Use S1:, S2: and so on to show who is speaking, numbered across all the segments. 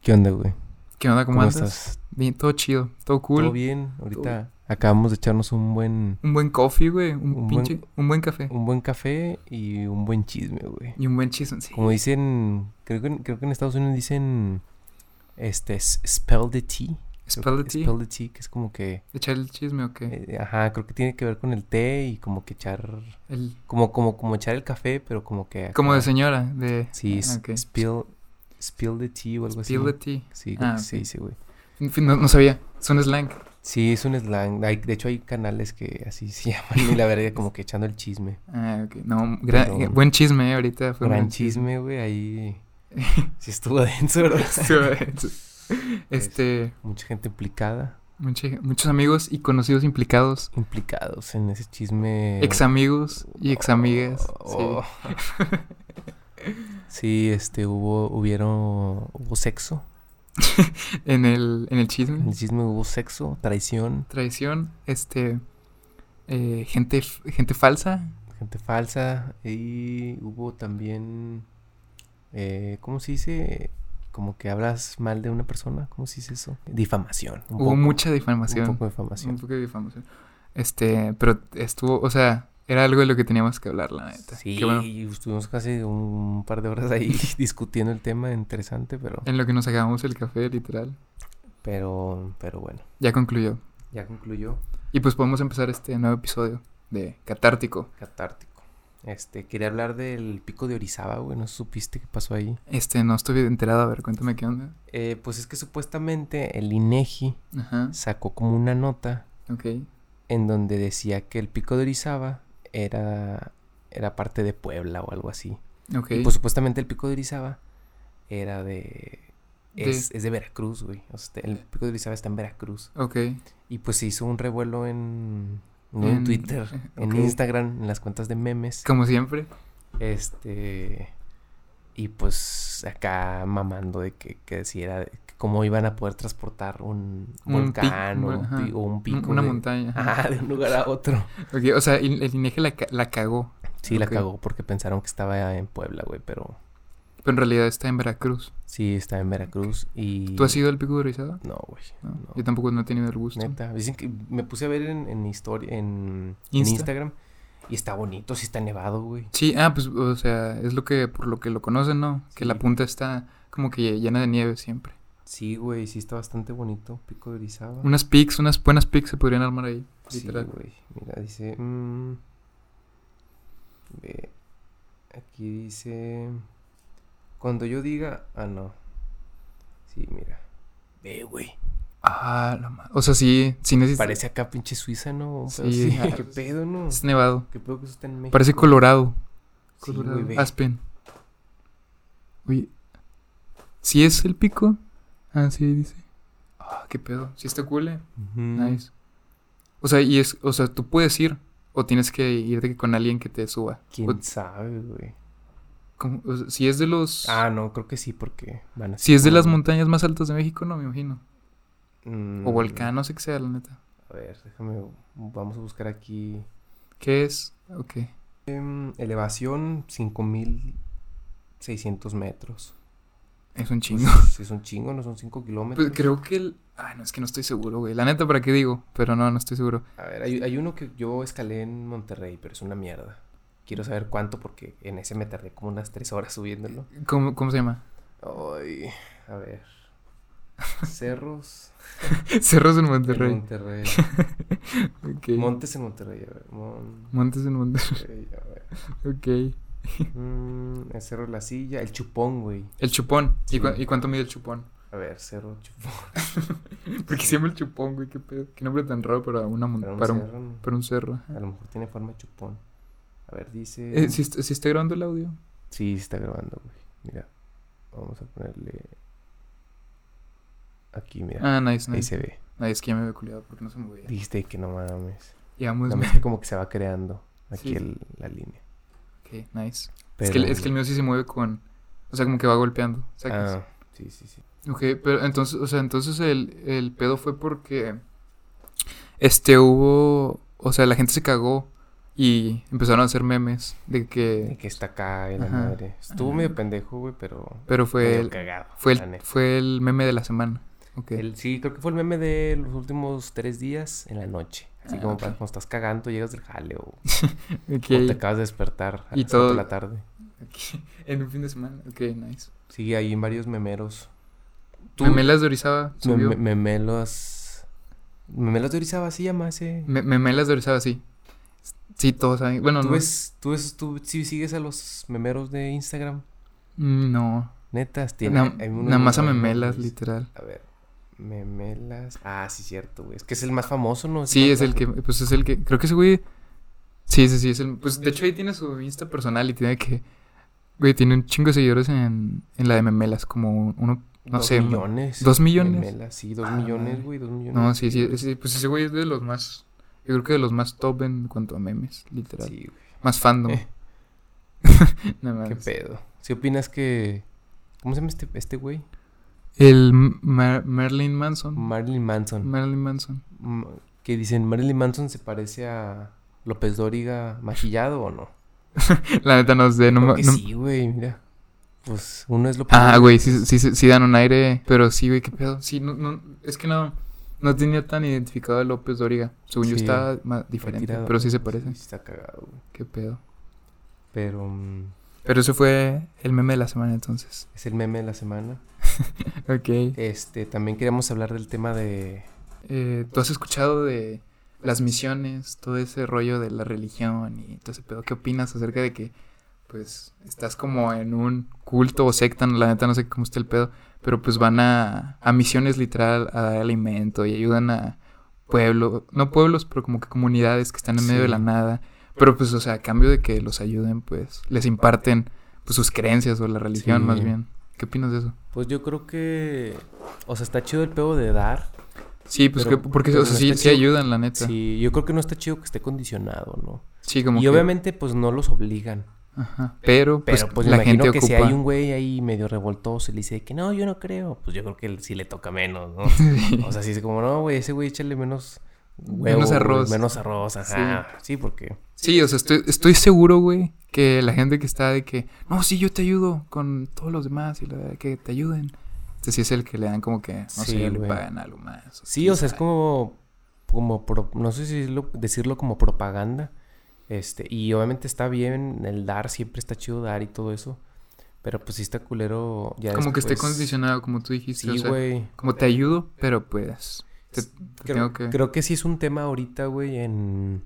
S1: ¿Qué onda, güey?
S2: ¿Qué onda? ¿Cómo,
S1: ¿Cómo
S2: andas?
S1: estás?
S2: Bien, todo chido, todo cool.
S1: ¿Todo bien? Ahorita acabamos de echarnos un buen,
S2: Un buen coffee, güey. Un,
S1: Un buen-
S2: pinche. Un buen café.
S1: un buen café y un buen chisme, güey.
S2: Y un buen chisme, sí.
S1: Como dicen, creo que, en- creo que en Estados Unidos dicen, este, s- spell the tea. Creo
S2: Spell the
S1: que-
S2: tea.
S1: Spell the tea, que es como que,
S2: ¿Echar el chisme o qué?
S1: eh, ajá, creo que tiene que ver con el té y como que echar,
S2: El-
S1: como, como, como echar el café, pero como que. acá-
S2: como de señora, de. ah,
S1: Sí, s-
S2: ok.
S1: spill, spill the tea o algo
S2: Spill
S1: así.
S2: the tea.
S1: Sí, creo
S2: Ah,
S1: que se
S2: ok.
S1: dice, güey.
S2: En fin, no, no sabía. Es un slang.
S1: Sí, es un slang. Hay- de hecho, hay canales que así se llaman y la verdad, como que echando el chisme.
S2: Ah, ok. No, gra-
S1: Pero-
S2: buen chisme, eh, ahorita. Fue un
S1: Gran
S2: buen
S1: chisme, güey, ahí. Sí, estuvo denso, bro.
S2: este.
S1: Mucha gente implicada.
S2: mucha- muchos amigos y conocidos implicados.
S1: Implicados en ese chisme.
S2: Ex amigos y ex
S1: Eh,
S2: amigas.
S1: Oh. Sí, este, hubo, hubieron, hubo sexo.
S2: Sí. En el, en el
S1: En
S2: chisme.
S1: el chisme hubo sexo, traición,
S2: Traición. Este. eh, gente, f- gente falsa.
S1: gente falsa. Y hubo también, eh, ¿cómo se dice? Como que hablas mal de una persona, ¿cómo se dice eso? Difamación. un
S2: Hubo
S1: poco,
S2: mucha
S1: Un
S2: difamación.
S1: poco de difamación.
S2: Un poco de difamación. Este, pero estuvo, o sea, era algo de lo que teníamos que hablar, la neta.
S1: Sí,
S2: Qué bueno,
S1: estuvimos casi un par de horas ahí discutiendo el tema, interesante, pero,
S2: en lo que nos acabamos el café, literal.
S1: pero, pero bueno.
S2: Ya concluyó.
S1: Ya concluyó.
S2: Y pues podemos empezar este nuevo episodio de Catártico.
S1: Catártico. Este, quería hablar del pico de Orizaba, güey, no supiste qué pasó ahí.
S2: Este, no estoy enterado, a ver, cuéntame qué onda.
S1: Eh, pues es que supuestamente el INEGI
S2: Ajá,
S1: sacó como una nota
S2: ok.
S1: en donde decía que el pico de Orizaba era, era parte de Puebla o algo así.
S2: Ok.
S1: Y pues supuestamente el pico de Orizaba era de...
S2: De-
S1: Es, es de Veracruz, güey. O sea, este, el pico de Orizaba está en Veracruz.
S2: ok.
S1: Y pues se hizo un revuelo en, no en
S2: En-
S1: Twitter,
S2: eh,
S1: en
S2: ok.
S1: Instagram, en las cuentas de memes.
S2: Como siempre.
S1: Este. Y pues acá mamando de que, que si era. que cómo iban a poder transportar un,
S2: Un
S1: volcán
S2: pic-
S1: o, un
S2: ajá,
S1: pi- o un
S2: un-
S1: pico.
S2: Una
S1: de,
S2: montaña. ajá.
S1: ajá, de un lugar a otro.
S2: Ok, o sea, el, el INEGI la, ca- la cagó.
S1: Sí, la
S2: Ok.
S1: cagó porque pensaron que estaba en Puebla, güey, pero
S2: Pero en realidad está en Veracruz.
S1: sí, está en Veracruz. Y.
S2: ¿Tú has ido al pico de Orizaba?
S1: No, güey.
S2: No,
S1: no.
S2: Yo tampoco no he tenido el gusto.
S1: Neta, dicen que me puse a ver en, en historia, en, en
S2: Insta.
S1: Instagram y está bonito, sí está nevado, güey.
S2: Sí, ah, pues, o sea, es lo que, por lo que lo conocen, ¿no? Que la
S1: Sí.
S2: punta está como que llena de nieve siempre.
S1: Sí, güey, sí está bastante bonito, Pico de Orizaba.
S2: Unas pics, unas buenas pics se podrían armar ahí,
S1: Sí,
S2: literal.
S1: güey. Mira, dice. mm, ve, aquí dice. Cuando yo diga. Ah, no. Sí, mira. Ve, güey.
S2: ah, la ma- O sea, sí, sí necesita.
S1: Parece acá pinche Suiza, ¿no?
S2: Sí,
S1: Pero sí.
S2: ah,
S1: ¿Qué pedo, no?
S2: Es nevado.
S1: ¿Qué pedo que eso está en México?
S2: Parece Colorado.
S1: Sí, güey,
S2: Colorado. Ah,
S1: ve.
S2: Aspen. Oye, ¿sí es el pico? Ah, sí, ahí dice. Ah, qué pedo. Sí está cool, eh.
S1: Ujú.
S2: Nice. O sea, y es, o sea, tú puedes ir o tienes que irte con alguien que te suba.
S1: ¿Quién
S2: O-
S1: sabe, güey?
S2: como- o sea, si es de los...
S1: Ah, no, creo que sí, porque van a
S2: Si es de las montañas más altas de México, no me imagino.
S1: montañas.
S2: O volcán, no sé qué sea, la neta.
S1: A ver, déjame. Vamos a buscar aquí.
S2: ¿Qué es? Ok.
S1: Em, elevación 5600 metros.
S2: Es un
S1: Pues,
S2: chingo.
S1: sí, es un chingo, no son 5 kilómetros.
S2: Pues creo que el. Ah, no, es que no estoy seguro, güey. La neta, ¿para qué digo? Pero no, no estoy seguro.
S1: A ver, hay, hay uno que yo escalé en Monterrey, pero es una mierda. Quiero saber cuánto porque en ese me tardé como unas 3 horas subiéndolo.
S2: ¿Cómo, cómo se llama?
S1: Ay, a ver. Cerros
S2: Cerros en
S1: en
S2: Monterrey.
S1: Monterrey.
S2: Ok.
S1: Montes en Monterrey, a ver. Mon-
S2: Montes en Monterrey.
S1: Monterrey, a ver.
S2: Ok.
S1: Mm, el Cerro de la Silla, el Chupón, güey.
S2: El chupón. ¿Y,
S1: Sí.
S2: cua- y cuánto mide el chupón?
S1: A ver, Cerro Chupón.
S2: Porque se llama el chupón, güey. Qué pedo. Qué nombre tan raro para una mon-
S1: Para un
S2: Para un,
S1: cerro, ¿no?
S2: para un cerro.
S1: A lo mejor tiene forma de chupón. A ver, dice.
S2: Eh, ¿sí, est- sí está grabando el audio?
S1: Sí, está grabando, güey. Mira, vamos a ponerle. Aquí, mira.
S2: Ah, nice,
S1: Ahí
S2: nice.
S1: se ve.
S2: Ah, es que ya me había culiado porque no se movía.
S1: Dijiste que no mames.
S2: Llevamos.
S1: Nada más que como que se va creando aquí
S2: Pues Sí.
S1: el- la línea.
S2: Ok, nice.
S1: Pero,
S2: Es, que el, es que el mío sí se mueve con. O sea, como que va golpeando. ¿sacas?
S1: Ah, sí, sí, sí.
S2: Ok, pero entonces, o sea, entonces el, el pedo fue porque. Este hubo. O sea, la gente se cagó Y empezaron a hacer memes de
S1: Y
S2: que...
S1: que está acá en la
S2: Ajá.
S1: madre. Estuvo
S2: Ajá.
S1: medio pendejo, güey, pero.
S2: Pero fue
S1: medio
S2: el,
S1: cagado.
S2: fue,
S1: la
S2: el,
S1: neta.
S2: fue el meme de la semana. Ok.
S1: El- sí, creo que fue el meme de los últimos tres días en la noche. Así
S2: Ah,
S1: como
S2: ok.
S1: para cuando estás cagando, llegas del jale o,
S2: Ok.
S1: o te acabas de despertar a
S2: Y
S1: las cuatro
S2: todo-
S1: de la tarde.
S2: Ok. En un fin de semana. Ok, nice.
S1: Sí, hay varios memeros. Tú-
S2: Memelas de Orizaba
S1: me-
S2: subió.
S1: me- memelos. Memelos de Orizaba, sí llama ese.
S2: Me- Memelas de Orizaba, sí. Sí, todos saben. Bueno,
S1: ¿Tú,
S2: no.
S1: ves, tú, ves, tú sí sigues a los memeros de Instagram.
S2: Mm, No.
S1: Netas, tiene.
S2: Na-
S1: hay unos
S2: Nada más a
S1: muy buenos,
S2: memelas,
S1: güey.
S2: literal.
S1: A ver, memelas. Ah, sí, cierto, güey. Es que es el más famoso, ¿no?
S2: Sí,
S1: más
S2: es el que.
S1: famoso.
S2: Pues es el que. Creo que ese güey. Sí, sí, sí. Es el, pues de hecho ahí tiene su Insta personal y tiene que. Güey, tiene un chingo de seguidores en, en la de memelas. Como uno. No
S1: Dos
S2: sé.
S1: millones.
S2: ¿Dos millones?
S1: Memelas, sí, dos
S2: Ah,
S1: millones,
S2: madre.
S1: güey, dos millones.
S2: No, sí, sí, sí, Pues ese güey es de los más. Yo creo que de los más top en cuanto a memes, literal.
S1: Sí, güey.
S2: Más fandom.
S1: Eh.
S2: Nada más.
S1: Qué pedo. Si opinas que. ¿Cómo se llama este, este güey?
S2: El Mer- Merlin Manson.
S1: Marilyn Manson.
S2: Marilyn Manson.
S1: Mm, que dicen, ¿Marilyn Manson se parece a López Dóriga maquillado o no?
S2: La neta no sé, no
S1: Creo
S2: me.
S1: que
S2: no-
S1: sí, güey, mira. Pues uno es López
S2: Ah,
S1: Dóriga.
S2: güey, sí, sí, sí, sí dan un aire. Pero sí, güey, qué pedo. Sí, no, no, es que no. No tenía tan identificado a López Dóriga. Según yo
S1: Sí.
S2: está más diferente.
S1: Retirado.
S2: Pero sí se parece.
S1: Está cagado, güey.
S2: Qué pedo.
S1: Pero mm,
S2: Pero ese fue el meme de la semana entonces.
S1: es el meme de la semana.
S2: Ok.
S1: Este, también queríamos hablar del tema de.
S2: Eh, ¿Tú has escuchado de las misiones, todo ese rollo de la religión y todo ese pedo? ¿Qué opinas acerca de que, pues, estás como en un culto o secta? no, La neta no sé cómo está el pedo, pero pues van a, a misiones literal a dar alimento y ayudan a pueblos, no pueblos, pero como que comunidades que están en medio de la
S1: Sí.
S2: nada. Pero pues, o sea, a cambio de que los ayuden, pues, les imparten pues sus creencias o la religión más
S1: Sí.
S2: bien. ¿Qué opinas de eso?
S1: Pues yo creo que. O sea, está chido el pedo de dar.
S2: Sí, pues
S1: Pero-
S2: que- porque
S1: pero
S2: o sea,
S1: no
S2: sí,
S1: está
S2: sí
S1: chido.
S2: ayudan, la neta. Sí,
S1: Sí, yo creo que no está chido que esté condicionado, ¿no?
S2: como
S1: y
S2: que-
S1: obviamente, pues no los obligan.
S2: Ajá. Pero, pues,
S1: Pero pues me
S2: la
S1: imagino que
S2: gente ocupa.
S1: si hay un güey ahí medio revoltoso y le dice que no, yo no creo, pues yo creo que sí le toca menos, ¿no? O sea, si es como, no, güey, ese güey échale menos huevo,
S2: Menos
S1: güey,
S2: arroz.
S1: menos arroz, ajá. Sí, porque
S2: Sí, o sea, estoy, estoy seguro, güey, que la gente que está de que, no, sí, yo te ayudo con todos los demás y la verdad que te ayuden. Este sí es el que le dan como que, no
S1: Sí,
S2: sé, le
S1: güey.
S2: pagan algo más.
S1: sí, o sea, es
S2: quizá.
S1: como como pro- no sé si lo- decirlo como propaganda. Este, y obviamente está bien el dar, siempre está chido dar y todo eso. Pero pues sí está culero ya
S2: Como que esté
S1: después.
S2: condicionado, como tú dijiste. o
S1: pues, Sí,
S2: sea,
S1: güey.
S2: como te ayudo, pero pues. Te, te
S1: Creo,
S2: tengo que.
S1: creo que sí es un tema ahorita, güey, en,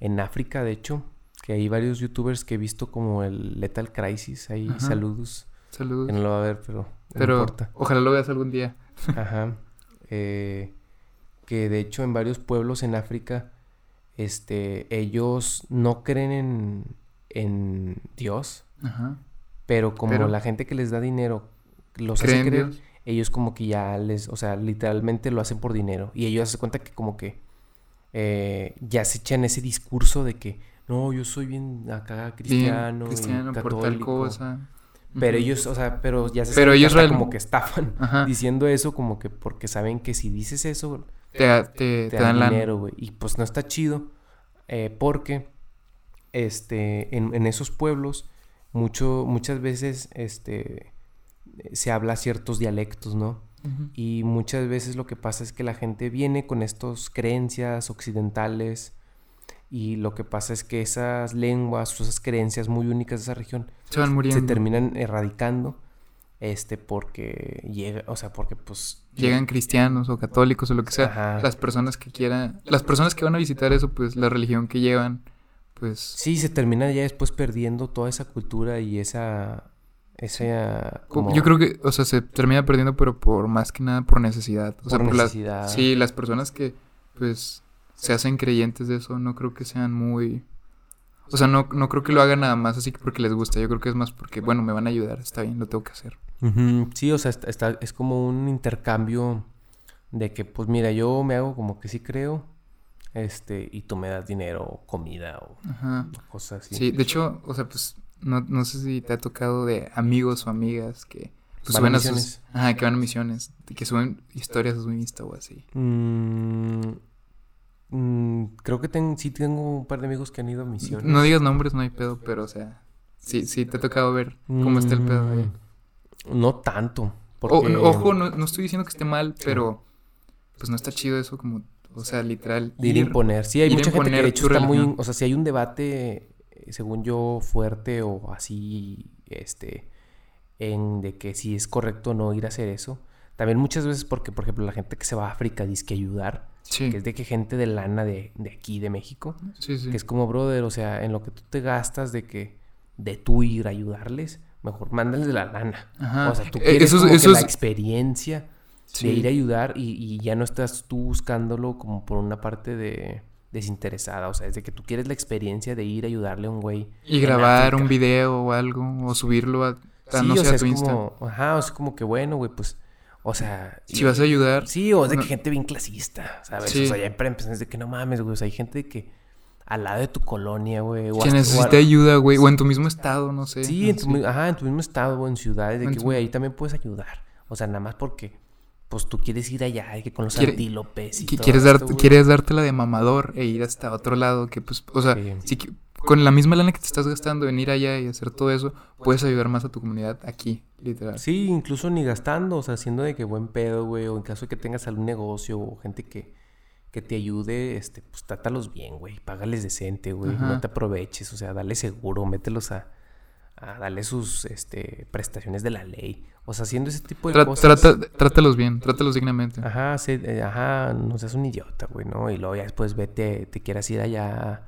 S1: en África, de hecho. Que hay varios youtubers que he visto como el Lethal Crisis. Ahí
S2: Ajá.
S1: saludos.
S2: Saludos.
S1: Que no lo va a ver, pero no
S2: pero
S1: importa.
S2: ojalá lo veas algún día.
S1: Ajá. Eh, que de hecho en varios pueblos en África, este, ellos no creen en, en Dios.
S2: Ajá.
S1: Pero como
S2: Pero-
S1: la gente que les da dinero los hace
S2: ¿Creen en
S1: creer,
S2: Dios?
S1: ellos como que ya les, o sea, literalmente lo hacen por dinero. Y ellos se cuenta que como que eh, ya se echan ese discurso de que, no, yo soy bien acá
S2: Bien,
S1: cristiano, y
S2: cristiano, por tal
S1: católico".
S2: cosa.
S1: Pero
S2: Ujú.
S1: ellos, o sea, pero ya se
S2: Pero
S1: cuenta
S2: ellos
S1: hasta
S2: real-
S1: como que estafan
S2: Ajá.
S1: diciendo eso como que porque saben que si dices eso
S2: Te, te-
S1: te,
S2: te
S1: dan,
S2: dan lana.
S1: dinero, güey. Y pues no está chido eh, porque este, en, en esos pueblos mucho, muchas veces este, se habla ciertos dialectos, ¿no?
S2: Ujú.
S1: Y muchas veces lo que pasa es que la gente viene con estas creencias occidentales y lo que pasa es que esas lenguas, esas creencias muy únicas de esa región
S2: Se van muriendo.
S1: se terminan erradicando este porque llega, o sea, porque pues
S2: Llegan cristianos o católicos o lo que sea.
S1: Ajá.
S2: Las personas que quieran. Las personas que van a visitar eso, pues la religión que llevan, pues.
S1: sí se termina ya después perdiendo toda esa cultura y esa esa como
S2: Yo creo que, o sea, se termina perdiendo, pero por más que nada por necesidad. O sea,
S1: por
S2: por las-
S1: necesidad.
S2: sí, las personas que, pues, se hacen creyentes de eso, no creo que sean muy. O sea, no, no creo que lo hagan nada más así porque les gusta. Yo creo que es más porque, bueno, me van a ayudar, está bien, lo tengo que hacer.
S1: Ujú, sí, o sea, está, está- es como un intercambio de que, pues mira, yo me hago como que sí creo, este, y tú me das dinero o comida o
S2: Ajá.
S1: cosas así.
S2: Sí, de hecho, o sea, pues no, no sé si te ha tocado de amigos o amigas que pues,
S1: Van a
S2: suben a, sus...
S1: misiones.
S2: Ajá, que van a misiones, que suben historias a su Insta o así.
S1: Mm, mm, creo que ten- sí tengo un par de amigos que han ido a misiones.
S2: No digas nombres, no hay pedo, pero o sea, sí, sí te ha tocado ver cómo está el pedo ahí.
S1: Mm, No tanto. Porque...
S2: O- ojo, no, no estoy diciendo que esté mal, pero pues no está chido eso como, o sea, literal.
S1: De ir a imponer. Sí, hay
S2: ir a
S1: mucha gente que de
S2: imponer
S1: hecho
S2: tu
S1: está muy...
S2: religión.
S1: O sea, si hay un debate, eh, según yo, fuerte o así, este, en de que si es correcto o no ir a hacer eso. También muchas veces porque, por ejemplo, la gente que se va a África dice que ayudar,
S2: Sí,
S1: que es de que gente de lana de, de aquí, de México,
S2: sí, sí.
S1: que es como, brother, o sea, en lo que tú te gastas de que, de tú ir a ayudarles, mejor mándales la lana.
S2: Ajá.
S1: O sea, tú
S2: Eh,
S1: quieres
S2: eso es-
S1: como que
S2: eso
S1: la
S2: es-
S1: experiencia
S2: Sí.
S1: de ir a ayudar y, y ya no estás tú buscándolo como por una parte de desinteresada, o sea, es de que tú quieres la experiencia de ir a ayudarle a un güey.
S2: Y
S1: en
S2: grabar un
S1: África.
S2: video o algo, o subirlo a, a,
S1: Sí,
S2: no
S1: o
S2: sé,
S1: sea,
S2: a
S1: es
S2: tu Insta.
S1: como, ajá, o sea, como que bueno, güey, pues, o sea...
S2: Si
S1: y-
S2: vas a ayudar,
S1: Sí, o es de
S2: No.
S1: que gente bien clasista, ¿sabes?
S2: Sí.
S1: O sea, ya para empezar es de que no mames, güey, o sea, hay gente de que al lado de tu colonia, güey, o
S2: que
S1: hasta- o
S2: necesita
S1: a-
S2: ayuda, güey, o en tu mismo estado, no sé.
S1: Sí, en tu, mi- ajá, en tu mismo estado o en ciudades, de
S2: En
S1: que,
S2: tu-
S1: güey, ahí también puedes ayudar. O sea, nada más porque, pues tú quieres ir allá, de que con los
S2: Quiere-
S1: antílopes y
S2: Que
S1: todo
S2: quieres,
S1: esto,
S2: dar,
S1: güey.
S2: quieres dártela de mamador e ir hasta otro lado, que pues, o sea,
S1: Sí.
S2: si que- con la misma lana que te estás gastando en ir allá y hacer todo eso, puedes ayudar más a tu comunidad aquí, literal.
S1: Sí, incluso ni gastando, o sea, haciendo de que buen pedo, güey, o en caso de que tengas algún negocio o gente que, que te ayude, este, pues trátalos bien, güey, págales decente, güey,
S2: Ajá.
S1: no te aproveches, o sea, dale seguro, mételos a, a darle sus este, prestaciones de la ley, o sea, haciendo ese tipo de
S2: Tra-
S1: cosas.
S2: trata- trátalos bien, trátalos dignamente.
S1: Ajá, sé- eh, ajá, no seas un idiota, güey, ¿no? Y luego ya después vete, te quieras ir allá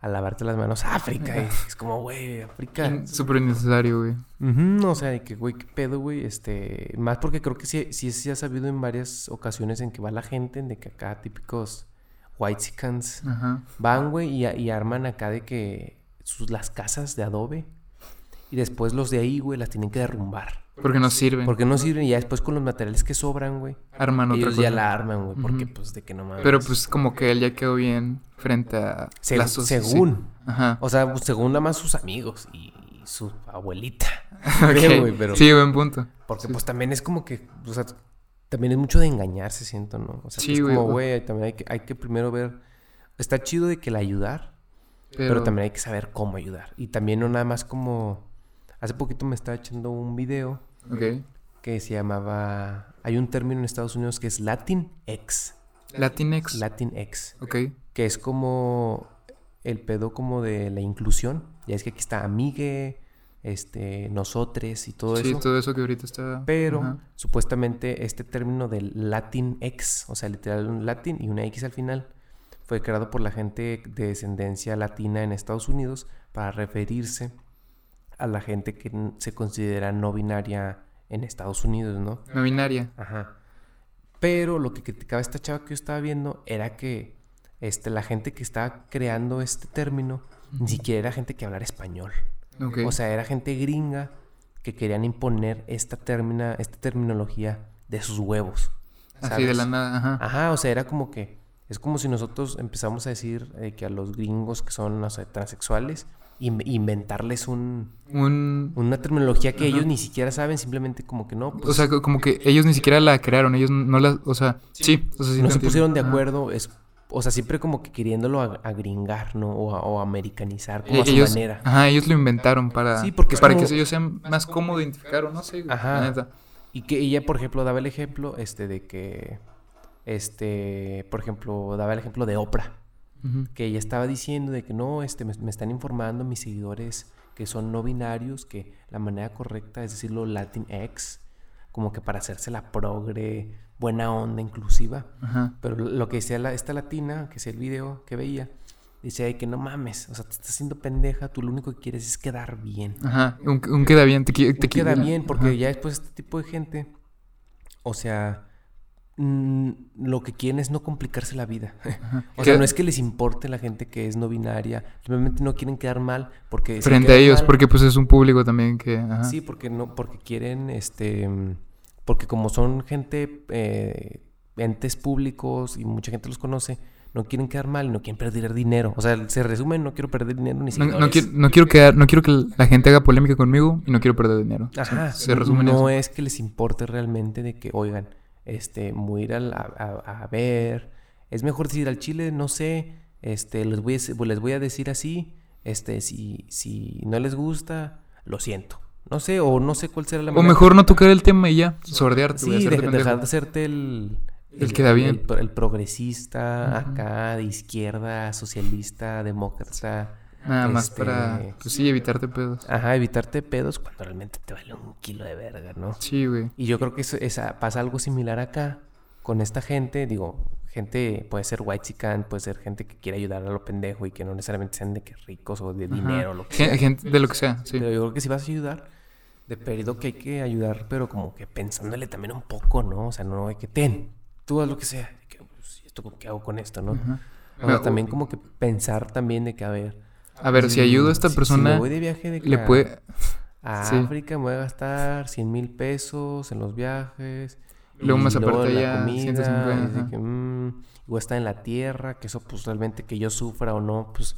S1: a, lavarte las manos a África. eh. Es como, güey, África.
S2: In- Súper innecesario, güey.
S1: Ujú, o sea, de que, güey, qué pedo, güey. Este, más porque creo que sí, sí se ha sabido en varias ocasiones en que va la gente, de que acá típicos whitexicans
S2: Ajá.
S1: van, güey, y, a- y arman acá de que sus, las casas de adobe. Y después los de ahí, güey, las tienen que derrumbar.
S2: Porque no sirven.
S1: Porque no sirven y ya después con los materiales que sobran, güey.
S2: arman otra
S1: Ellos
S2: cosa.
S1: ya la arman, güey, porque
S2: Ujú.
S1: pues de que no mames.
S2: Pero pues como que él ya quedó bien frente a
S1: Se-
S2: la soci-
S1: según.
S2: sí. Ajá.
S1: O sea, según nada más sus amigos y y su abuelita.
S2: Ok.
S1: creo, güey, pero-
S2: Sí, buen punto.
S1: Porque pues también es como que, o sea, también es mucho de engañarse, siento, ¿no? O sea,
S2: Sí,
S1: es
S2: güey,
S1: como,
S2: o-
S1: güey, también hay que, hay que primero ver, está chido de que la ayudar,
S2: Pero,
S1: pero... también hay que saber cómo ayudar. Y también no nada más como, hace poquito me estaba echando un video
S2: Ok.
S1: que se llamaba, hay un término en Estados Unidos que es Latin X,
S2: Latinex.
S1: Latin X,
S2: Ok.
S1: que es como el pedo como de la inclusión. Ya es que aquí está amigue, este, nosotres y todo
S2: sí,
S1: eso.
S2: todo eso que ahorita está...
S1: Pero
S2: Ajá.
S1: supuestamente este término del Latin X, o sea, literal un Latin y una X al final, fue creado por la gente de descendencia latina en Estados Unidos para referirse a la gente que n- se considera no binaria en Estados Unidos, ¿no?
S2: No binaria.
S1: Ajá. Pero lo que criticaba esta chava que yo estaba viendo era que este, la gente que estaba creando este término ni siquiera era gente que hablara español.
S2: Ok.
S1: O sea, era gente gringa que querían imponer esta, términa, esta terminología de sus huevos.
S2: Así
S1: ¿sabes?
S2: de
S1: Ah.
S2: la nada. Ajá.
S1: Ajá, o sea, era como que. Es como si nosotros empezamos a decir eh, que a los gringos que son, o sea, transexuales, in- inventarles un,
S2: Un...
S1: una terminología que ellos ni siquiera saben, simplemente como que no. pues,
S2: o sea, co- como que ellos ni siquiera la crearon, ellos no la, o sea, sí, o sea, sí
S1: no
S2: te
S1: se
S2: entiendo.
S1: pusieron de
S2: Ajá.
S1: acuerdo, es, o sea, siempre como que queriéndolo ag- agringar, ¿no? O, a- o americanizar, como
S2: E-
S1: a su
S2: ellos,
S1: manera.
S2: Ajá, ellos lo inventaron para,
S1: Sí, porque es
S2: para
S1: como-
S2: que ellos sean más cómodos de identificar o no sé, güey,
S1: Ajá.
S2: la neta.
S1: Y que ella, por ejemplo, daba el ejemplo, este, de que, este, por ejemplo, daba el ejemplo de Oprah,
S2: Ujú.
S1: que ella estaba diciendo de que no, este, me, me están informando mis seguidores que son no binarios, que la manera correcta es decirlo Latinx, como que para hacerse la progre, buena onda, inclusiva.
S2: Ajá.
S1: Pero lo- lo que decía la- esta latina, que es el video que veía, decía de que no mames, o sea, te estás haciendo pendeja, tú lo único que quieres es quedar bien.
S2: Ajá, un, un queda bien, te, qui- te
S1: Te queda
S2: quiero.
S1: bien, porque
S2: Ajá.
S1: ya después este tipo de gente, o sea, mm, lo que quieren es no complicarse la vida. o sea,
S2: Que-
S1: no es que les importe la gente que es no binaria, simplemente no quieren quedar mal porque... si
S2: frente a
S1: quedan
S2: ellos,
S1: mal-
S2: porque pues es un público también que, ajá.
S1: Sí, porque no, porque quieren, este, mm, porque como son gente, eh, entes públicos y mucha gente los conoce, no quieren quedar mal y no quieren perder dinero. O sea, se resume, en no quiero perder dinero ni
S2: no,
S1: siquiera.
S2: no quiero, no quiero quedar, no quiero que la gente haga polémica conmigo y no quiero perder dinero.
S1: Ajá.
S2: Se, se resume en
S1: no
S2: eso.
S1: es que les importe realmente de que, oigan, este, muy ir a, la- a- a ver, es mejor decir al chile, no sé, este, les voy a, les voy a decir así, este, si, si no les gusta, lo siento. No sé, o no sé cuál será la
S2: O mejor no tocar el tema y ya, sordearte.
S1: Sí,
S2: güey,
S1: de-
S2: hacerte
S1: dejar
S2: pendejo.
S1: de hacerte el...
S2: El que da bien.
S1: El, pro- el progresista
S2: Ujú.
S1: acá, de izquierda, socialista, demócrata.
S2: Nada más
S1: este-
S2: para, pues sí, evitarte pedos.
S1: Ajá, evitarte pedos cuando realmente te vale un kilo de verga, ¿no?
S2: Sí, güey.
S1: Y yo creo que eso, esa- pasa algo similar acá con esta gente. Digo, gente puede ser white puede ser gente que quiere ayudar a lo pendejo y que no necesariamente sean de que ricos o de
S2: Ajá.
S1: dinero, lo que sea.
S2: Gen- gente de lo que sea, sí.
S1: Pero yo creo que si vas a ayudar, de perdido que hay que ayudar, pero como que pensándole también un poco, ¿no? O sea, no de que ten, tú haz lo que sea. de que, pues, ¿esto, con- ¿Qué hago con esto, no?
S2: Ajá.
S1: O
S2: Me-
S1: sea, también como que pensar también de que, a ver,
S2: A ver, si ayudo a esta
S1: si- si me
S2: persona,
S1: voy de viaje de que
S2: le
S1: a-
S2: puede...
S1: a
S2: sí.
S1: África me voy a gastar 100 mil pesos en los viajes.
S2: Luego
S1: y
S2: más aparte
S1: la
S2: ya 150,
S1: y de
S2: ajá.
S1: que, mm, o está en la tierra, que eso pues realmente que yo sufra o no, pues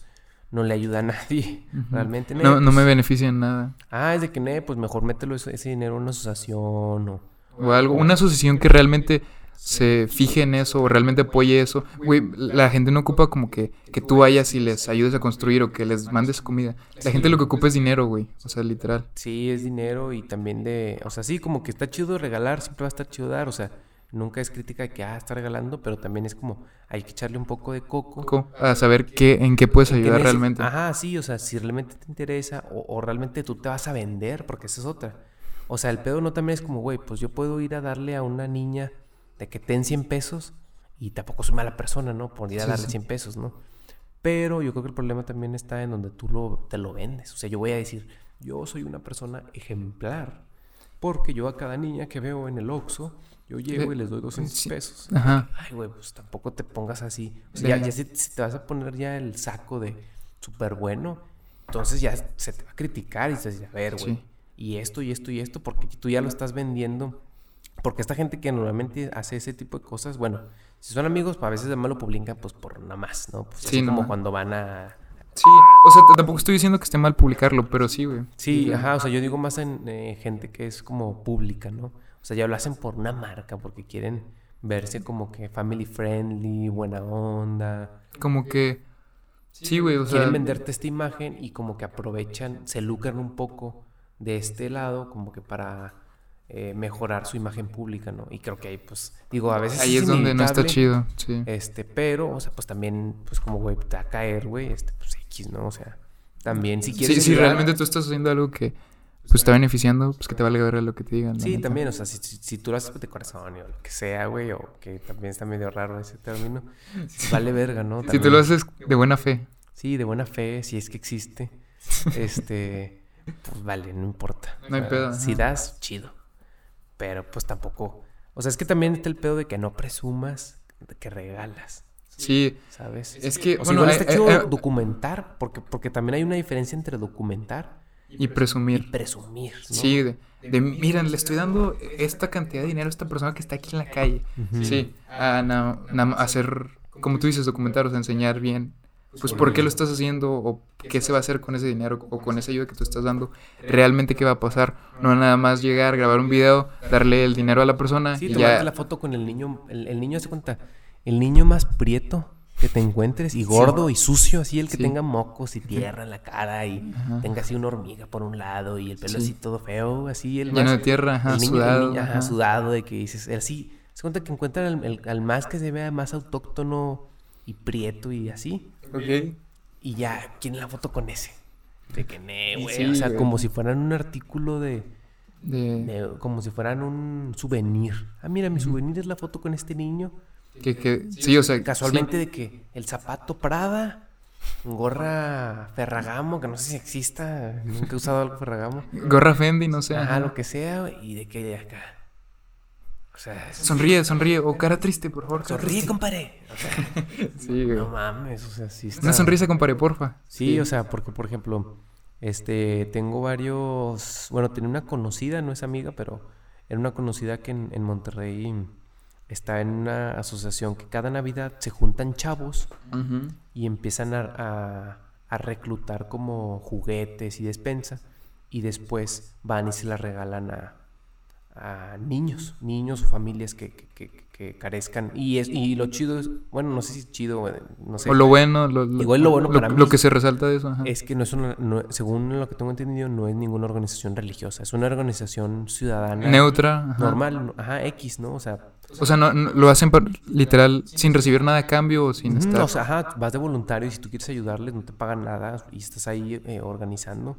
S1: no le ayuda a nadie.
S2: Ujú.
S1: Realmente ne,
S2: No, no me
S1: pues,
S2: beneficia en nada.
S1: Ah, es de que ne, pues mejor mételo ese, ese dinero en una asociación o...
S2: O algo, una asociación que realmente se fije en eso o realmente apoye eso. Güey, la gente no ocupa como que, que tú vayas y les ayudes a construir o que les mandes comida. La gente lo que ocupa es dinero, güey. O sea, literal.
S1: Sí, es dinero y también de... O sea, sí, como que está chido regalar, siempre va a estar chido dar, o sea... Nunca es crítica de que, ah, está regalando, pero también es como, hay que echarle un poco de coco.
S2: Co- A saber qué, en qué puedes
S1: que
S2: ayudar
S1: neces-
S2: realmente.
S1: Ajá, sí, o sea, si realmente te interesa o, o realmente tú te vas a vender, porque esa es otra. O sea, el pedo no también es como, güey, pues yo puedo ir a darle a una niña de que ten 100 pesos y tampoco soy mala persona, ¿no? Por ir a
S2: Sí,
S1: darle
S2: sí.
S1: 100 pesos, ¿no? Pero yo creo que el problema también está en donde tú lo, te lo vendes. O sea, yo voy a decir, yo soy una persona ejemplar, porque yo a cada niña que veo en el Oxxo, yo llego
S2: Eh,
S1: y les doy 200
S2: sí.
S1: pesos.
S2: Ajá.
S1: Ay, güey, pues tampoco te pongas así. O
S2: Sí.
S1: sea, ya, ya si, si te vas a poner ya el saco de súper bueno, entonces ya se te va a criticar y se dice, a ver, güey,
S2: Sí.
S1: y esto, y esto, y esto, porque tú ya lo estás vendiendo. Porque esta gente que normalmente hace ese tipo de cosas, bueno, si son amigos, pues, a veces además lo publican pues por nada más, ¿no? Pues,
S2: Sí,
S1: así como
S2: nomás.
S1: cuando van a...
S2: Sí, o sea, t- tampoco estoy diciendo que esté mal publicarlo, pero sí, güey.
S1: Sí, ajá, o sea, yo digo más en eh, gente que es como pública, ¿no? O sea, ya lo hacen por una marca, porque quieren verse como que family friendly, buena onda.
S2: Como que. Sí, güey, o sea.
S1: quieren venderte esta imagen y como que aprovechan, se lucran un poco de este lado como que para eh, mejorar su imagen pública, ¿no? Y creo que ahí, pues, digo, a veces
S2: Ahí es donde no está
S1: inevitable,
S2: chido, sí.
S1: Este, pero, o sea, pues también, pues como, güey, te va a caer, güey, este, pues X, ¿no? O sea, también si
S2: Sí,
S1: quieres...
S2: si
S1: ayudar-
S2: realmente tú estás haciendo algo que pues está beneficiando, pues que te valga ver lo que te digan. la
S1: Sí,
S2: neta.
S1: también, o sea, si, si- si tú lo haces de corazón o lo que sea, güey, o que también está medio raro ese término, vale verga, ¿no?
S2: Si tú
S1: También.
S2: lo haces de buena fe.
S1: Sí, de buena fe, si es que existe. Este, pues vale, no importa.
S2: No hay
S1: Ah,
S2: pedo,
S1: Si
S2: ajá.
S1: das, chido. Pero pues tampoco. O sea, es que también está el pedo de que no presumas de que regalas,
S2: Sí,
S1: ¿sabes?
S2: es que.
S1: o sea,
S2: bueno,
S1: igual
S2: eh,
S1: está
S2: eh,
S1: chido
S2: eh,
S1: documentar, porque, porque también hay una diferencia entre documentar
S2: y presumir.
S1: y presumir, ¿no?
S2: Sí, de, de, miren, le estoy dando esta cantidad de dinero a esta persona que está aquí en la calle.
S1: Ujú.
S2: Sí, a na- na- hacer, como tú dices, documentar, o sea, enseñar bien, pues por qué lo estás haciendo o qué se va a hacer con ese dinero o con esa ayuda que tú estás dando, realmente qué va a pasar. No nada más llegar, grabar un video, darle el dinero a la persona
S1: Sí,
S2: y
S1: tomarte
S2: ya.
S1: la foto con el niño, el, el niño hace cuenta, el niño más prieto que te encuentres y gordo y sucio, así el que
S2: Sí.
S1: tenga mocos y tierra en la cara y
S2: Ajá.
S1: tenga así una hormiga por un lado y el pelo
S2: Sí.
S1: así todo feo, así el
S2: Lleno
S1: más-
S2: de tierra, ajá,
S1: el niño- el
S2: sudado.
S1: niño, ajá,
S2: ajá.
S1: sudado de que dices, así, se cuenta que encuentran al, el- al más que se vea más autóctono y prieto y así
S2: Ok.
S1: y ya, ¿quién la foto con ese? De que ne,
S2: Y
S1: güey,
S2: sí,
S1: o sea,
S2: güey.
S1: como si fueran un artículo de
S2: De-
S1: de- como si fueran un souvenir. Ah, mira, mi souvenir es la foto con este niño.
S2: que, que- sí, o sea,
S1: Casualmente de que el zapato Prada, gorra Ferragamo, que no sé si exista, nunca he usado algo Ferragamo.
S2: sí, gorra Fendi, no sé.
S1: Ajá,
S2: ajá.
S1: lo que sea, y de que de acá. O sea, es-
S2: Sonríe, sonríe, o cara triste, por favor. cara
S1: sonríe,
S2: triste.
S1: compadre. O sea,
S2: Sí, güey.
S1: no mames, o sea, sí está.
S2: Una sonrisa, compadre, porfa.
S1: Sí, o sea, porque por ejemplo, este, tengo varios, bueno, tenía una conocida, no es amiga, pero era una conocida que en, en Monterrey está en una asociación que cada Navidad se juntan chavos
S2: Ujú.
S1: y empiezan a, a- a reclutar como juguetes y despensa y después van y se las regalan a, a niños, niños o familias que, que, que- que carezcan. Y, es, y lo chido es, bueno, no sé si es chido, güey, no sé.
S2: O lo bueno, lo,
S1: Igual lo bueno para mí
S2: lo
S1: es-
S2: que se resalta de eso. ajá.
S1: Es que no es una, no- según lo que tengo entendido, no es ninguna organización religiosa, es una organización ciudadana
S2: Neutra. ajá.
S1: normal, no- ajá, X, ¿no? O sea,
S2: O sea, no, no- lo hacen por- literal sin recibir nada a cambio o sin
S1: Ujú,
S2: estar.
S1: o sea, ajá, vas de voluntario y si tú quieres ayudarles no te pagan nada y estás ahí eh, organizando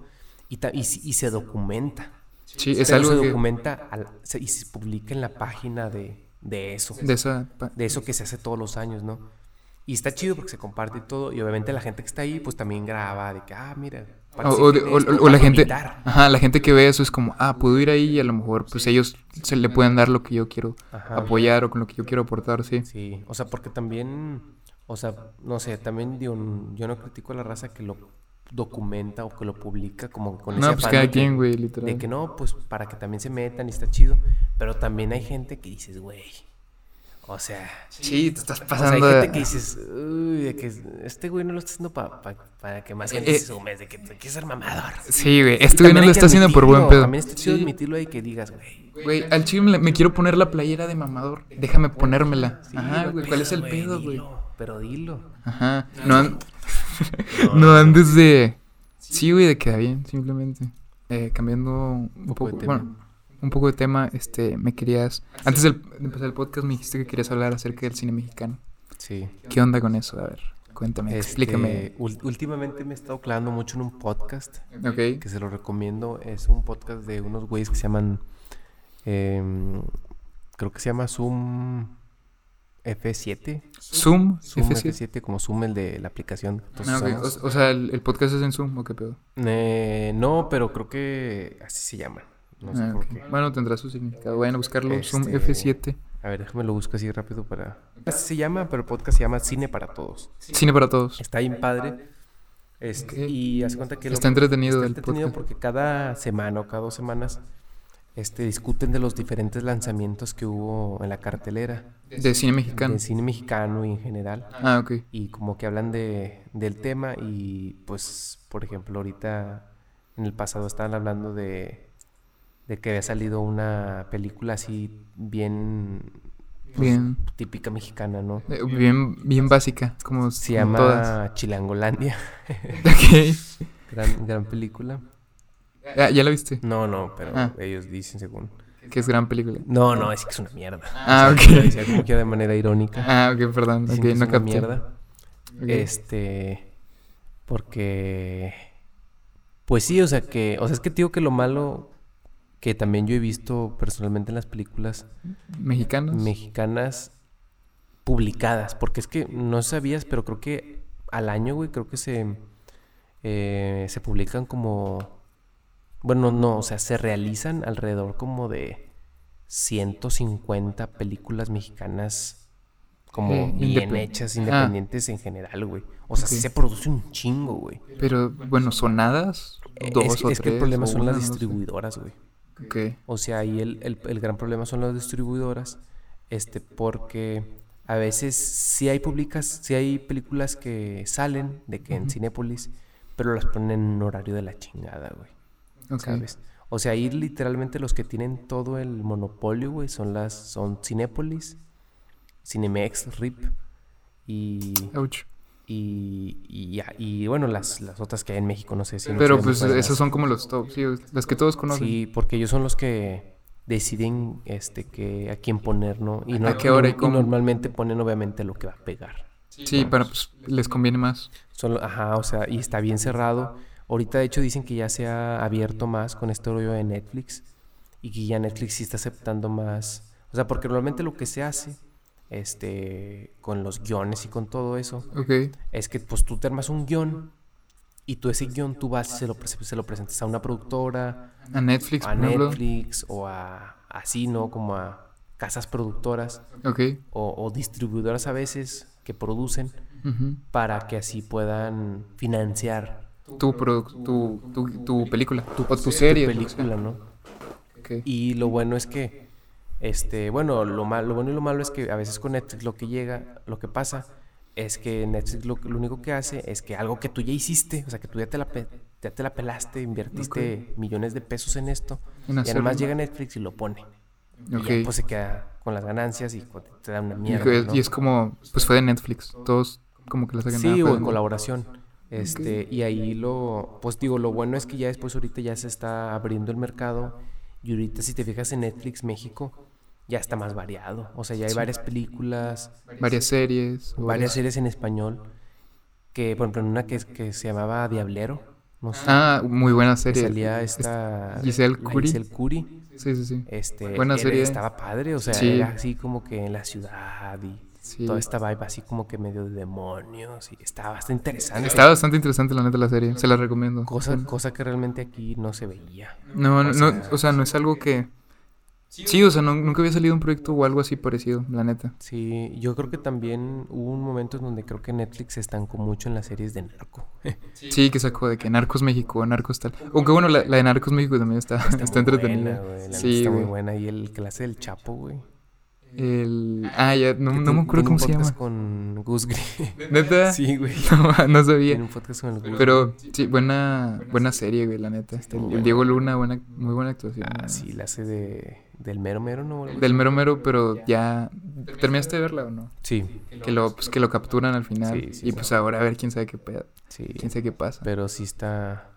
S1: y, ta- y, si- y se documenta.
S2: sí, es
S1: Pero se
S2: algo que-
S1: documenta al- se- y se publica en la página de, de eso,
S2: de esa. pa-
S1: de eso que se hace todos los años, ¿no? Y está chido porque se comparte y todo y obviamente la gente que está ahí pues también graba de que, ah, mira.
S2: O,
S1: parece
S2: o
S1: que
S2: de-
S1: esto
S2: o- o
S1: va a
S2: la gente,
S1: vomitar.
S2: ajá, la gente que ve eso es como, ah, puedo ir ahí y a lo mejor pues ellos se le pueden dar lo que yo quiero
S1: Ajá.
S2: apoyar o con lo que yo quiero aportar, sí.
S1: Sí, o sea, porque también, o sea, no sé, también digo, n- yo no critico a la raza que lo documenta o que lo publica como con ese
S2: No, pues
S1: afán
S2: cada
S1: de que-
S2: quien, güey,
S1: De
S2: literal.
S1: que no, pues para que también se metan y está chido. Pero también hay gente que dices, güey. O sea,
S2: Sí, te estás
S1: o sea, hay
S2: pasando.
S1: gente
S2: de-
S1: que dices, uy, de que este güey no lo está haciendo pa- pa- para que más gente
S2: Eh,
S1: se sume, de que, de que es el mamador.
S2: Sí, güey,
S1: Y
S2: este
S1: también
S2: güey no
S1: hay
S2: lo
S1: que
S2: está haciendo por buen
S1: admitirlo,
S2: pedo.
S1: También está chido
S2: Sí,
S1: admitirlo y que digas, güey.
S2: Güey, al chile me, me quiero poner la playera de mamador. Déjame ponérmela. Ajá,
S1: dilo,
S2: güey, ¿cuál es el pedo, güey?
S1: dilo, Pero dilo.
S2: Ajá. No, an- no andes de. Sí, güey, de queda bien, simplemente. Eh, cambiando un poco,
S1: de tema.
S2: bueno, un poco de tema, este, me querías. Antes del- de empezar el podcast me dijiste que querías hablar acerca del cine mexicano.
S1: Sí.
S2: ¿Qué onda con eso? A ver, cuéntame,
S1: Este,
S2: explícame.
S1: ul- últimamente me he estado clavando mucho en un podcast
S2: Ok.
S1: que se lo recomiendo. Es un podcast de unos güeyes que se llaman. em, creo que se llama Zoom F7.
S2: Zoom,
S1: Zoom
S2: F7.
S1: F7, como Zoom el de la aplicación. que todos
S2: Ah, ok,
S1: usamos.
S2: o, o sea, el, el podcast es en Zoom, ¿o qué pedo?
S1: Eh, no, pero creo que así se llama. No sé
S2: Ah,
S1: por
S2: ok.
S1: qué.
S2: Bueno, tendrá su significado. Vayan a buscarlo, Zoom
S1: Este-
S2: F7.
S1: A ver, déjame lo busco así rápido para. Así se llama, pero el podcast se llama Cine para Todos.
S2: Cine para todos.
S1: Está bien padre. Este,
S2: Ok.
S1: Y hace cuenta que lo
S2: Está entretenido
S1: Está
S2: el
S1: entretenido
S2: podcast.
S1: porque cada semana o cada dos semanas este, discuten de los diferentes lanzamientos que hubo en la cartelera
S2: De cine mexicano.
S1: del cine mexicano y en general.
S2: Ah, ok.
S1: Y como que hablan de, del tema y pues, por ejemplo, ahorita en el pasado estaban hablando de, de que había salido una película así bien pues,
S2: Bien.
S1: típica mexicana, ¿no?
S2: Eh, Bien, bien básica, como
S1: Se
S2: como
S1: llama
S2: todas.
S1: Chilangolandia.
S2: Ok. Ah,
S1: gran, gran película.
S2: Ya, ya la viste,
S1: No, no, pero
S2: Ah.
S1: ellos dicen según.
S2: que es gran película.
S1: No, no, es que es una mierda.
S2: Ah,
S1: O sea, lo
S2: ok.
S1: decía como que de manera irónica.
S2: Ah, ok, perdón.
S1: Dicen
S2: Ok,
S1: que es
S2: no
S1: una
S2: capté.
S1: mierda.
S2: Ok.
S1: Este. Porque. Pues sí, o sea que. O sea, es que te digo que lo malo que también yo he visto personalmente en las películas
S2: Mexicanos.
S1: mexicanas publicadas. Porque es que no sabías, pero creo que al año, güey, creo que se. eh, se publican como. Bueno, no, o sea, se realizan alrededor como de 150 películas mexicanas como
S2: Eh,
S1: bien
S2: indepen-
S1: hechas,
S2: Ah.
S1: independientes en general, güey. O sea, sí
S2: Ok.
S1: se produce un chingo, güey.
S2: Pero bueno, sonadas.
S1: Eh,
S2: Dos
S1: es,
S2: o
S1: es que el
S2: tres,
S1: problema
S2: o
S1: son
S2: una,
S1: las
S2: no sé.
S1: distribuidoras, güey.
S2: Ok.
S1: O sea, ahí el, el- el gran problema son las distribuidoras, este, porque a veces sí hay públicas, sí hay películas que salen de que en Cinépolis, pero las ponen en horario de la chingada, güey.
S2: ok.
S1: ¿Sabes? O sea, ahí literalmente los que tienen todo el monopolio, güey, son las, son Cinépolis, Cinemex, RIP y,
S2: Ouch.
S1: y, y, ya- y, bueno, las, las otras que hay en México, no sé si.
S2: Pero pues
S1: esos
S2: esos son como los top, sí, las que todos conocen.
S1: Sí, porque ellos son los que deciden este que a quién poner, ¿no? Y no
S2: ¿A qué hora y
S1: no-
S2: cómo?
S1: normalmente ponen obviamente lo que va a pegar.
S2: Sí, para pues les conviene más.
S1: Solo, ajá, o sea, y está bien cerrado. Ahorita de hecho dicen que ya se ha abierto más con este rollo de Netflix y que ya Netflix sí está aceptando más, o sea, porque normalmente lo que se hace este con los guiones y con todo eso
S2: Ok.
S1: es que pues tú te armas un guión y tú ese guión tú vas y se lo, pre- se lo presentas a una productora,
S2: A Netflix,
S1: a
S2: por ejemplo.
S1: Netflix o a así, ¿no? Como a casas productoras
S2: Ok.
S1: o, o distribuidoras a veces que producen
S2: ujú.
S1: para que así puedan financiar
S2: tu, produ- tu, tu, tu película. o tu
S1: tu
S2: serie. lo que sea.
S1: película, ¿no?
S2: Ok.
S1: Y lo bueno es que, este, bueno, lo, mal, lo bueno y lo malo es que a veces con Netflix lo que llega, lo que pasa es que Netflix lo, lo único que hace es que algo que tú ya hiciste, o sea, que tú ya te la, pe- ya te la pelaste, invertiste millones de pesos en esto,
S2: En
S1: y
S2: hacerlo.
S1: además llega Netflix y lo pone. Y
S2: Ok.
S1: ya, pues se queda con las ganancias y co- te da una
S2: Y,
S1: mierda.
S2: es-
S1: ¿no?
S2: y es como, pues fue de Netflix. Todos como que la sacan
S1: Sí,
S2: ah,
S1: o
S2: fue
S1: en
S2: de-
S1: colaboración. Este, y ahí lo, pues digo, lo bueno es que ya después ahorita ya se está abriendo el mercado y ahorita si te fijas en Netflix México ya está más variado, o sea, ya hay varias películas,
S2: Varias series. o-
S1: varias series en español, que por ejemplo en una que, que se llamaba Diablero, no sé,
S2: Ah, muy buena
S1: que
S2: serie.
S1: salía esta
S2: Giselle
S1: la
S2: Curry.
S1: Giselle Curry,
S2: Sí, sí, sí.
S1: este,
S2: Buena
S1: era-
S2: serie.
S1: estaba padre, o sea,
S2: Sí.
S1: era así como que en la ciudad y
S2: Sí.
S1: toda esta vibe así como que medio de demonios y estaba bastante interesante.
S2: Está bastante interesante la neta la serie, se la recomiendo.
S1: Cosa, cosa que realmente aquí no se veía.
S2: No, no, no, o sea, no es algo que... Sí, o sea, no- nunca había salido un proyecto o algo así parecido, la neta.
S1: Sí, yo creo que también hubo un momento en donde creo que Netflix se estancó mucho en las series de narco.
S2: Sí, que sacó de que Narcos México, Narcos tal. Aunque bueno, la, la de Narcos México también está, está,
S1: Muy buena,
S2: entretenida.
S1: güey, la neta
S2: sí,
S1: está muy
S2: güey.
S1: buena. Y el clase del Chapo, güey.
S2: El... Ah, ya, no,
S1: que
S2: no
S1: tiene-
S2: me acuerdo
S1: tiene un
S2: cómo se
S1: podcast
S2: llama.
S1: con Gus Gris.
S2: ¿Neta?
S1: sí, güey.
S2: No, no
S1: Tiene
S2: sabía.
S1: un podcast con el Gus
S2: Pero sí, buena, buena serie, güey, la neta.
S1: Está muy
S2: El, el
S1: buena.
S2: Diego Luna, buena, muy buena actuación.
S1: Ah,
S2: la
S1: sí, la hace de, del mero mero, ¿no? Algo así.
S2: Del mero mero, pero ya... ¿Terminaste de verla o no?
S1: Sí,
S2: Que lo, pues, que lo capturan al final.
S1: Sí, sí,
S2: y
S1: sí.
S2: pues ahora a ver quién sabe qué pedo,
S1: sí.
S2: quién sabe qué pasa.
S1: Pero sí está...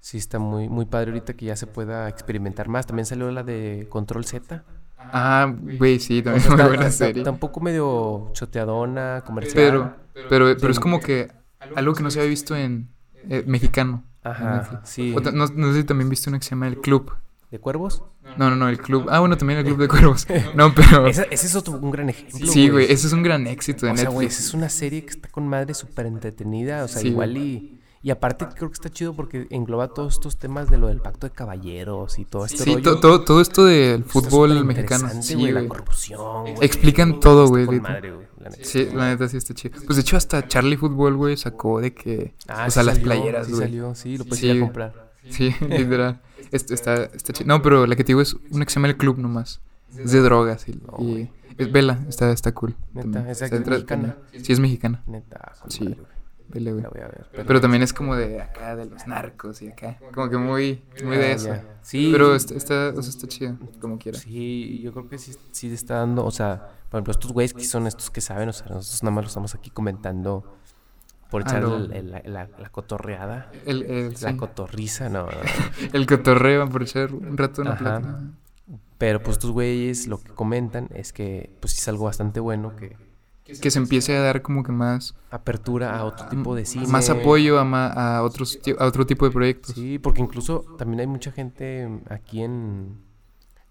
S1: Sí está muy, muy padre ahorita que ya se pueda experimentar más. También salió la de Control Z.
S2: Ah, güey, sí,
S1: O
S2: también
S1: sea,
S2: es muy
S1: ta-
S2: buena
S1: ta-
S2: serie.
S1: Tampoco medio choteadona, comercial.
S2: Pero, pero, pero es como que algo que no se había visto en eh, mexicano.
S1: Ajá, sí.
S2: O ta- no, no sé si también viste una que se llama El Club.
S1: ¿De cuervos?
S2: No, no, no, El Club. Ah, bueno, también El Club de Cuervos. No, pero...
S1: Esa- ese es otro, un gran ejemplo.
S2: Sí, güey, ese es un gran éxito de
S1: O sea, güey,
S2: Netflix.
S1: esa es una serie que está con madre súper entretenida. O sea,
S2: Sí,
S1: igual y. Y aparte creo que está chido porque engloba todos estos temas de lo del pacto de caballeros y todo este
S2: Sí,
S1: rollo.
S2: to- todo, todo esto del
S1: Está
S2: fútbol
S1: súper
S2: mexicano.
S1: interesante,
S2: Sí,
S1: güey, la
S2: güey.
S1: corrupción, güey.
S2: Explican todo,
S1: Está
S2: güey.
S1: con
S2: de-
S1: madre, güey, la neta.
S2: Sí, la neta sí está chido. Pues de hecho hasta Charlie Fútbol, güey, sacó de que...
S1: Ah,
S2: o sea,
S1: sí
S2: las
S1: salió,
S2: playeras,
S1: sí
S2: güey.
S1: salió, sí, lo puedes
S2: Sí,
S1: ir a
S2: güey.
S1: comprar.
S2: Sí, literal. Es- está, está chi- No, pero la que te digo es un examen del club nomás. Es de drogas y, y-
S1: Oh, güey.
S2: es vela, está, está cool.
S1: Neta,
S2: también.
S1: esa
S2: Está
S1: que es mexicana.
S2: entretenida. Sí, es mexicana.
S1: Neta, con
S2: Sí.
S1: madre, güey,
S2: vela, güey.
S1: La voy a ver.
S2: Pero también es como de acá, de los narcos y acá. Como que muy, muy de
S1: Ah,
S2: eso.
S1: ya. Sí.
S2: Pero este- está, está, o sea, está chida, como quiera.
S1: Sí, yo creo que sí, sí le está dando, o sea, por ejemplo, estos güeyes que son estos que saben, o sea, nosotros nada más lo estamos aquí comentando por
S2: Ah,
S1: echar
S2: no.
S1: el- el- la, la- la cotorreada,
S2: El, el,
S1: la
S2: sí.
S1: cotorriza, no, no, no.
S2: El cotorreo, por echar un rato una
S1: Ajá.
S2: plática.
S1: Pero pues estos güeyes lo que comentan es que pues sí es algo bastante bueno que
S2: Que se empiece a dar como que más,
S1: apertura a otro tipo de cine.
S2: más apoyo a, ma- a, otros, ti- a otro tipo de proyectos.
S1: Sí, porque incluso también hay mucha gente aquí en,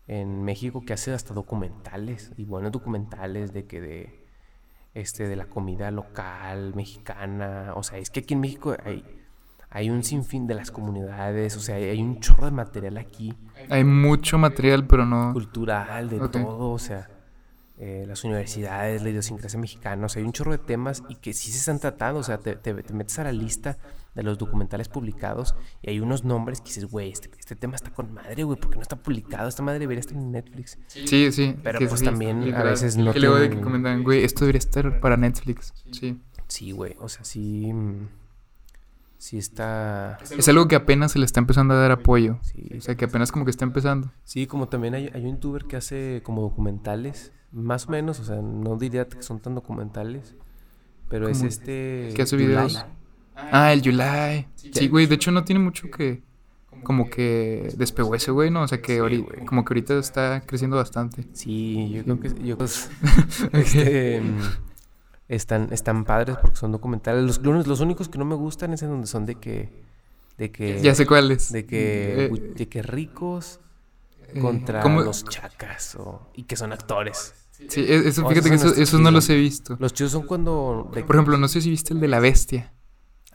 S1: en México que hace hasta documentales, y buenos documentales de que de este de la comida local mexicana, o sea, es que aquí en México hay hay un sinfín de las comunidades, o sea, hay un chorro de material aquí
S2: Hay mucho material, pero no...
S1: cultural, de
S2: Ok.
S1: todo, o sea, eh, las universidades, la idiosincrasia mexicana, o sea, hay un chorro de temas y que sí se están tratando, o sea, te, te- te metes a la lista de los documentales publicados y hay unos nombres que dices, güey, este, este tema está con madre, güey, porque no está publicado, esta madre debería estar en Netflix.
S2: Sí, sí.
S1: Pero
S2: que
S1: pues
S2: sí,
S1: también a
S2: literal.
S1: veces no
S2: Que luego de que
S1: tienen-
S2: comentan, güey, esto debería estar para Netflix. Sí.
S1: Sí, güey, o sea, sí, mm, sí está...
S2: Es algo que apenas se le está empezando a dar apoyo.
S1: Sí,
S2: O sea, que apenas como que está empezando.
S1: Sí, como también hay, hay un youtuber que hace como documentales, más o menos, o sea, no diría que son tan documentales, pero es
S2: ¿Cómo?
S1: este...
S2: ¿Que hace
S1: Yulai.
S2: videos? Ah, el July. Sí, güey, de hecho no tiene mucho que... Como que despegó ese güey, ¿no? O sea, que ahorita,
S1: güey.
S2: como que ahorita está creciendo bastante.
S1: Sí, yo creo que yo, pues,
S2: Ok.
S1: este, mm, están, están padres porque son documentales. Los, los, los únicos que no me gustan es en donde son de que de que
S2: Ya sé cuál es.
S1: Eh, de que
S2: Eh,
S1: bu- de que ricos
S2: eh,
S1: contra
S2: ¿cómo?
S1: los chacas o- y que son actores.
S2: Sí, e- eso,
S1: Oh,
S2: fíjate
S1: esos
S2: que
S1: son
S2: eso-
S1: los
S2: esos no
S1: chidos.
S2: los he visto.
S1: Los chidos son cuando de-
S2: Por ejemplo, no sé si viste el de la bestia.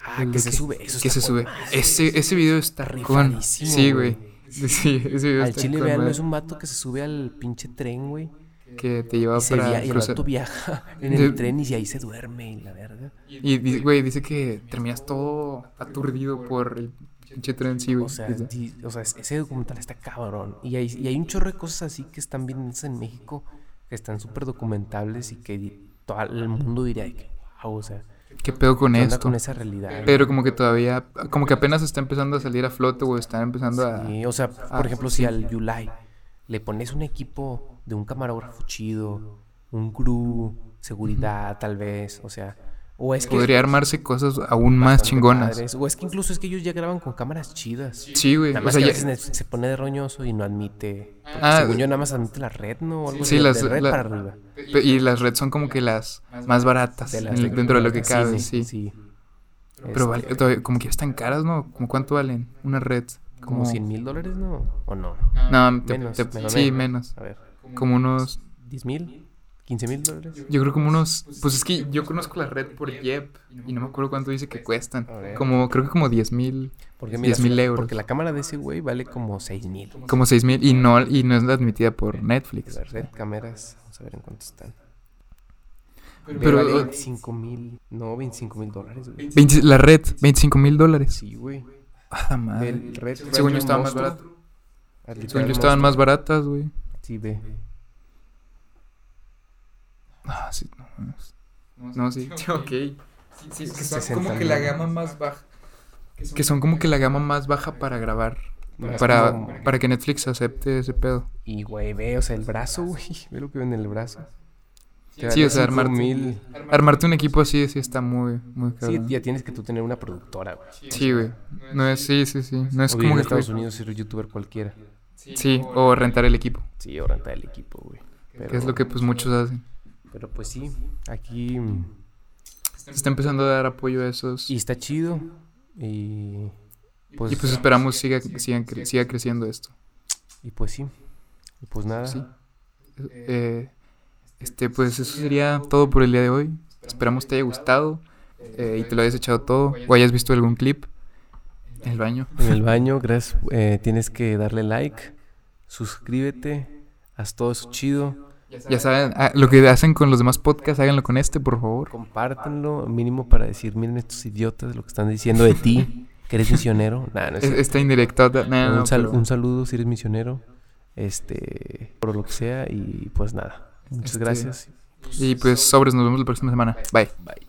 S1: ah,
S2: el
S1: que
S2: de
S1: se
S2: que-
S1: sube, eso
S2: que
S1: está
S2: se
S1: con
S2: sube.
S1: madre.
S2: Ese, ese video está con.
S1: rifadísimo,
S2: Sí,
S1: güey.
S2: güey. Sí, ese video
S1: Al
S2: está
S1: chile
S2: con
S1: vean,
S2: madre,
S1: es un vato que se sube al pinche tren, güey,
S2: que te lleva
S1: y, se via-
S2: para
S1: y el
S2: cruzar.
S1: vato viaja en
S2: De-
S1: el tren y ahí se duerme, y la verga.
S2: Y di- güey, dice que terminas todo aturdido por el pinche tren, sí, güey.
S1: O sea,
S2: Dice,
S1: di- o sea, es- ese documental está cabrón. Y hay, y hay un chorro de cosas así que están bien hechas en México, que están súper documentables y que di- todo el mundo diría de que, wow, o sea,
S2: ¿Qué pedo con
S1: ¿qué onda
S2: esto?
S1: con esa realidad.
S2: Pero como que todavía, como que apenas está empezando a salir a flote o está empezando a...
S1: Y, o sea,
S2: Ah,
S1: por ejemplo, si al Yulai le pones un equipo de un camarógrafo chido, un crew, seguridad tal vez, o sea, o es que
S2: Podría armarse cosas aún más
S1: bastante
S2: chingonas.
S1: padres, o es que incluso es que ellos ya graban con cámaras chidas.
S2: Sí, güey.
S1: Nada
S2: O
S1: más
S2: sea,
S1: que a
S2: ya-
S1: veces Netflix se pone de roñoso y no admite. porque
S2: Ah,
S1: según yo, nada más admite la red, ¿no? O algo
S2: Sí,
S1: así,
S2: las-
S1: de red
S2: la-
S1: para arriba.
S2: pe- y las redes son como que las más baratas
S1: De
S2: en
S1: las
S2: el- dentro de lo que
S1: tecnológicas,
S2: cabe, sí. Pero vale,
S1: Este,
S2: todavía- como que están caras, ¿no? ¿Cómo cuánto valen una red?
S1: Como 100 mil dólares, ¿no? ¿O no?
S2: No, te-
S1: Menos,
S2: te-
S1: menos, menos.
S2: sí, menos.
S1: A ver,
S2: Como unos...
S1: ¿10 mil? ¿15 mil dólares?
S2: Yo creo como unos... Pues es que yo conozco la red por Yep y no me acuerdo cuánto dice que cuestan.
S1: A ver.
S2: Como, creo que como 10 mil,
S1: Porque mira,
S2: 10,000
S1: la-
S2: euros.
S1: Porque la cámara de ese güey vale como 6 mil.
S2: como 6 mil y no, y no es admitida por Netflix.
S1: La red cámaras, vamos a ver en cuánto están.
S2: Pero-
S1: Pero 25 mil, no, 25 mil dólares, güey.
S2: 20 la red, 25 mil dólares.
S1: Sí, güey.
S2: Ah, la madre.
S1: Del red
S2: Según
S1: Random
S2: yo estaban más
S1: Monster,
S2: baratas.
S1: al
S2: Según
S1: literal
S2: yo estaban más
S1: Monster.
S2: baratas, güey.
S1: Sí, ve.
S2: Ah, sí, no mames. No, sí. Ok. Sí, que son
S1: 60
S2: como que la
S1: mil.
S2: gama más baja. Que son como que la gama más baja para grabar.
S1: No, es como-
S2: Para, para que Netflix acepte ese pedo.
S1: Y, güey, ve, o sea, el brazo, güey. Ve lo que ven en el brazo. Te
S2: Sí,
S1: vale
S2: o sea, armarte,
S1: 5,000.
S2: armarte un equipo así sí está muy, muy
S1: Sí,
S2: caro.
S1: ya tienes que tú tener una productora, güey.
S2: Sí, güey. No es, sí, sí, sí. No es
S1: o vivir
S2: como
S1: en
S2: que
S1: Estados Unidos ser un youtuber cualquiera.
S2: Sí, o rentar el equipo,
S1: Sí, o rentar el equipo, güey. Pero,
S2: que es lo que pues muchos hacen.
S1: pero pues sí, aquí... mm,
S2: Se está empezando a dar apoyo a esos.
S1: Y está chido. Y pues,
S2: Y pues esperamos siga, sigan cre- siga creciendo esto.
S1: y pues sí. Y pues nada.
S2: Sí. Eh, este, pues eso sería todo por el día de hoy. Esperamos te haya gustado eh, y te lo hayas echado todo o hayas visto algún clip en el baño.
S1: En el baño, gracias. eh, tienes que darle like, suscríbete, haz todo eso chido,
S2: Ya saben, ah, lo que hacen con los demás podcasts, háganlo con este, por favor.
S1: compártanlo, mínimo para decir, miren estos idiotas lo que están diciendo de ti, que eres misionero. Nah, no es
S2: Es-
S1: cierto.
S2: Está indirecto. no, Eh, no,
S1: un, sal-
S2: pero-
S1: un saludo si eres misionero, este, por lo que sea, y pues nada. Muchas
S2: Este-
S1: gracias.
S2: Y pues sobres, nos vemos la próxima semana. Bye.
S1: Bye.